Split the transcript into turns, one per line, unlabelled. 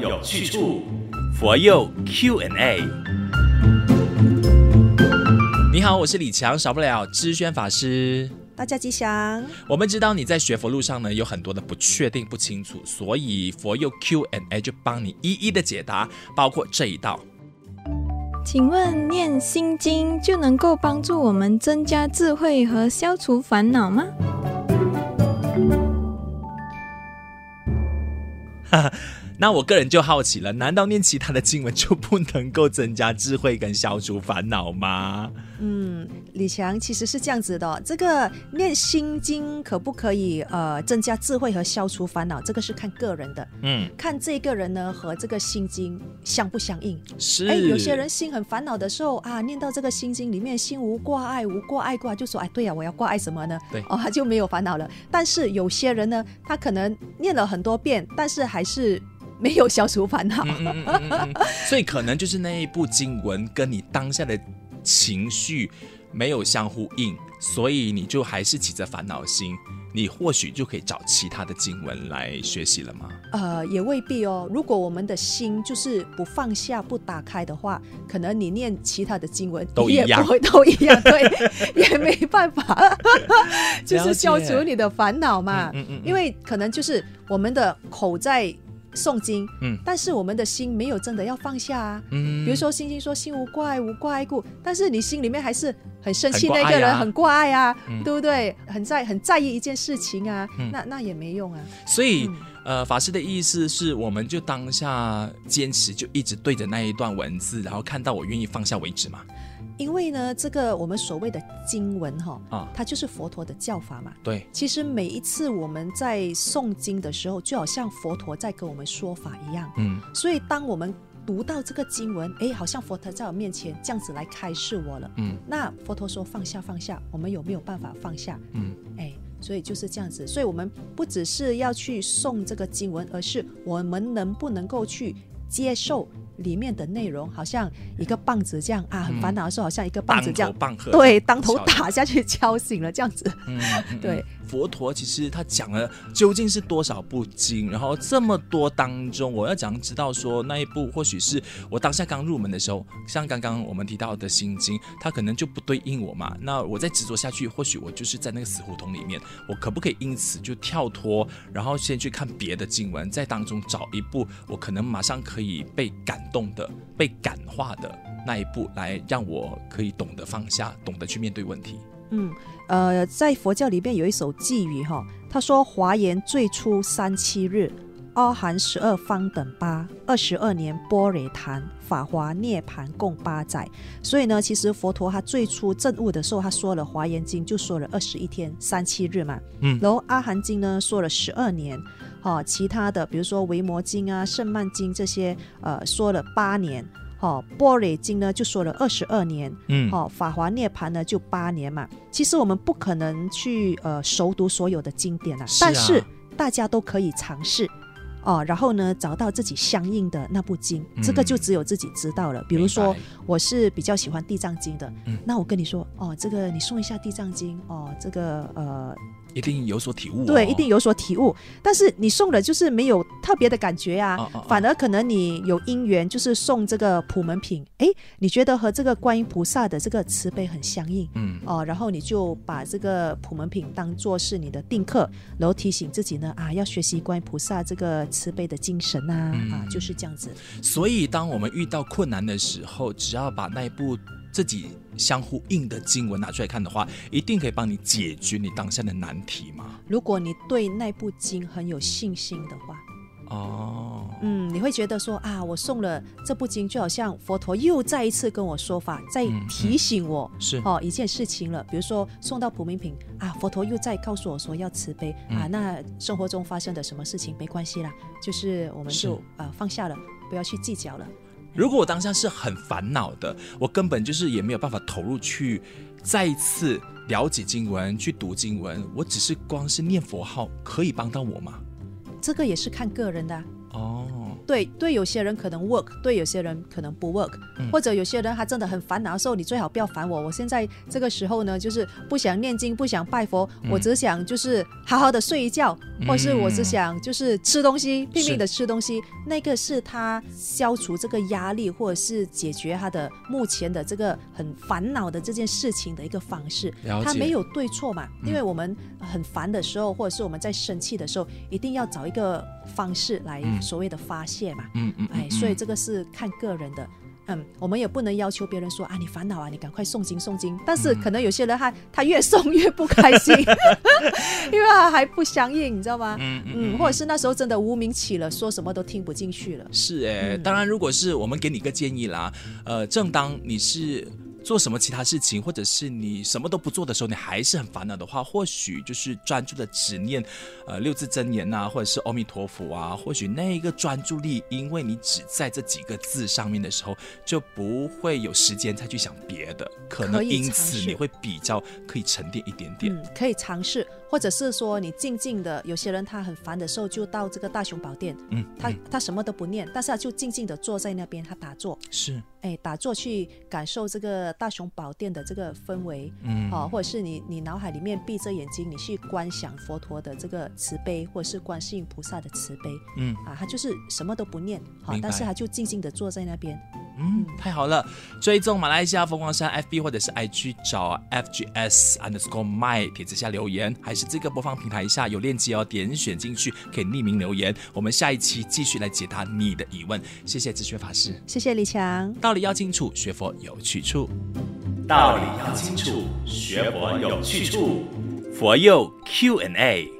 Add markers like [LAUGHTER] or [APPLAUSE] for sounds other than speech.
有去处。佛佑 Q&A，
你好，我是李强，少不了知宣法师。
大家吉祥，
我们知道你在学佛路上呢有很多的不确定、不清楚，所以佛佑 Q&A 就帮你一一的解答，包括这一道。
请问念心经就能够帮助我们增加智慧和消除烦恼吗？
那我个人就好奇了，难道念其他的经文就不能够增加智慧跟消除烦恼吗？
嗯，李强其实是这样子的哦，这个念心经可不可以呃增加智慧和消除烦恼，这个是看个人的，
嗯，
看这个人呢和这个心经相不相应。
是。
哎，有些人心很烦恼的时候啊，念到这个心经里面，心无挂碍，无挂碍挂，就说哎，对呀、我要挂碍什么呢？
对
哦，他就没有烦恼了。但是有些人呢，他可能念了很多遍，但是还是没有消除烦恼。
嗯嗯嗯嗯嗯， [LAUGHS] 所以可能就是那一部经文跟你当下的情绪没有相呼应，所以你就还是起着烦恼心。你或许就可以找其他的经文来学习了吗？
呃，也未必哦。如果我们的心就是不放下、不打开的话，可能你念其他的经文
都一
也
样
不会都一样，对，也没办法，就
了解
是消除你的烦恼嘛。
嗯嗯嗯
因为可能就是我们的口在诵经，
嗯
但是我们的心没有真的要放下啊。
嗯，
比如说《心经》说“心无挂碍，无挂碍故”，但是你心里面还是很生
很
气
挂
那
碍
个人，
啊
很挂碍啊，
嗯
对不对？很在很在意一件事情啊，
嗯
那那也没用啊。
所以
嗯，
呃，法师的意思是，我们就当下坚持，就一直对着那一段文字，然后看到我愿意放下为止嘛。
因为呢，这个我们所谓的经文哈、
啊
它就是佛陀的教法嘛。
对，
其实每一次我们在诵经的时候，就好像佛陀在跟我们说法一样。
嗯，
所以当我们读到这个经文，诶，好像佛陀在我面前这样子来开示我了。
嗯，
那佛陀说放下放下，我们有没有办法放下？
嗯，
哎，所以就是这样子。所以我们不只是要去诵这个经文，而是我们能不能够去接受里面的内容，好像一个棒子这样啊，很烦恼的时候，好像一个棒
棒
子这样
头。棒喝，
对，当头
敲
打下去敲醒了，这样子。
嗯，嗯嗯
对，
佛陀其实他讲了究竟是多少部经，然后这么多当中，我要讲知道说那一部或许是我当下刚入门的时候，像刚刚我们提到的《心经》，它可能就不对应我嘛。那我再执着下去，或许我就是在那个死胡同里面，我可不可以因此就跳脱，然后先去看别的经文，在当中找一部我可能马上可以被感动的、被感化的那一部，来让我可以懂得放下，懂得去面对问题。
嗯，呃，在佛教里面有一首寄语哈、他说：“华严最初三七日，阿含十二方等八，二十二年般若谈，法华涅盘共八载。”所以呢，其实佛陀他最初证悟的时候，他说了《华严经》，就说了二十一天三七日嘛。
嗯
然后《阿含经》呢，说了十二年。哦，其他的比如说《维摩经》啊、《胜曼经》这些，呃，说了八年。哦，《般若经》呢，就说了二十二年。
嗯
哦，法华涅槃呢就八年嘛。其实我们不可能去呃熟读所有的经典啊，
是啊
但是大家都可以尝试。哦，然后呢，找到自己相应的那部经，
嗯
这个就只有自己知道了。比如
明
说
白，
我是比较喜欢《地藏经》的，
嗯
那我跟你说，哦，这个你送一下《地藏经》，哦，这个呃，
一定有所体悟、哦。
对，一定有所体悟。但是你送了就是没有特别的感觉啊呀、
哦哦哦
反而可能你有因缘，就是送这个普门品，诶，你觉得和这个观音菩萨的这个慈悲很相应。
嗯
哦，然后你就把这个普门品当做是你的定课，然后提醒自己呢啊，要学习观音菩萨这个慈悲的精神呐、啊，
嗯
就是这样子。，
所以当我们遇到困难的时候，只要把那一部自己相呼应的经文拿出来看的话，一定可以帮你解决你当下的难题嘛。
如果你对那部经很有信心的话，
哦，
嗯，你会觉得说啊，我送了这部经，就好像佛陀又再一次跟我说法，在
嗯
提醒我。
是，
哦，一件事情了，比如说送到普明品啊，佛陀又在告诉我说要慈悲、啊，
嗯
那生活中发生的什么事情没关系啦，就是我们
是
就呃放下了，不要去计较了。
如果我当下是很烦恼的，我根本就是也没有办法投入去再一次了解经文、去读经文，我只是光是念佛号可以帮到我吗？
这个也是看个人的啊、
哦，
对对，有些人可能 work，对有些人可能不 work，、
嗯
或者有些人他真的很烦恼的时候，你最好不要烦我。我现在这个时候呢，就是不想念经，不想拜佛，我只想就是好好的睡一觉，或是我是
嗯
想就是吃东西，拼
是
命的吃东西，那个是他消除这个压力，或者是解决他的目前的这个很烦恼的这件事情的一个方式。
了
他
解
没有对错嘛，
嗯
因为我们很烦的时候，或者是我们在生气的时候，一定要找一个方式来
嗯
所谓的发泄嘛。
嗯嗯，
哎，
嗯
所以
嗯
这个是看个人的。嗯，我们也不能要求别人说啊，你烦恼啊，你赶快诵经诵经。但
嗯
是可能有些人他他越诵越不开
[LAUGHS]
心，因为他还不相应，你知道吗？
嗯嗯
嗯，或者是那时候真的无名起了，说什么都听不进去了。
是哎、
嗯
当然，如果是我们给你一个建议啦，呃，正当你是做什么其他事情，或者是你什么都不做的时候，你还是很烦恼的话，或许就是专注的只念，呃，六字真言呐、或者是阿弥陀佛啊，或许那一个专注力，因为你只在这几个字上面的时候，就不会有时间再去想别的，可能
可以
因
尝
此
试
你会比较可以沉淀一点点。
嗯，可以尝试，或者是说你静静的，有些人他很烦的时候，就到这个大雄宝殿，
嗯，
他
嗯
他什么都不念，但是他就静静的坐在那边，他打坐，
是
哎，打坐去感受这个大雄宝殿的这个氛围，
嗯
哦，或者是你你脑海里面闭着眼睛，你去观想佛陀的这个慈悲，或者是观世音菩萨的慈悲
嗯。
啊，他就是什么都不念，好、
明白
但是他就静静的坐在那边，
嗯，太好了！追踪马来西亚凤凰山 FB 或者是 IG 找 FGS underscore my 帖子下留言，还是这个播放平台下有链接哦，点选进去可以匿名留言。我们下一期继续来解答你的疑问。谢谢智学法师，
谢谢李强。
道理要清楚，学佛有去处。
道理要清楚，学佛有去处。佛佑 Q&A。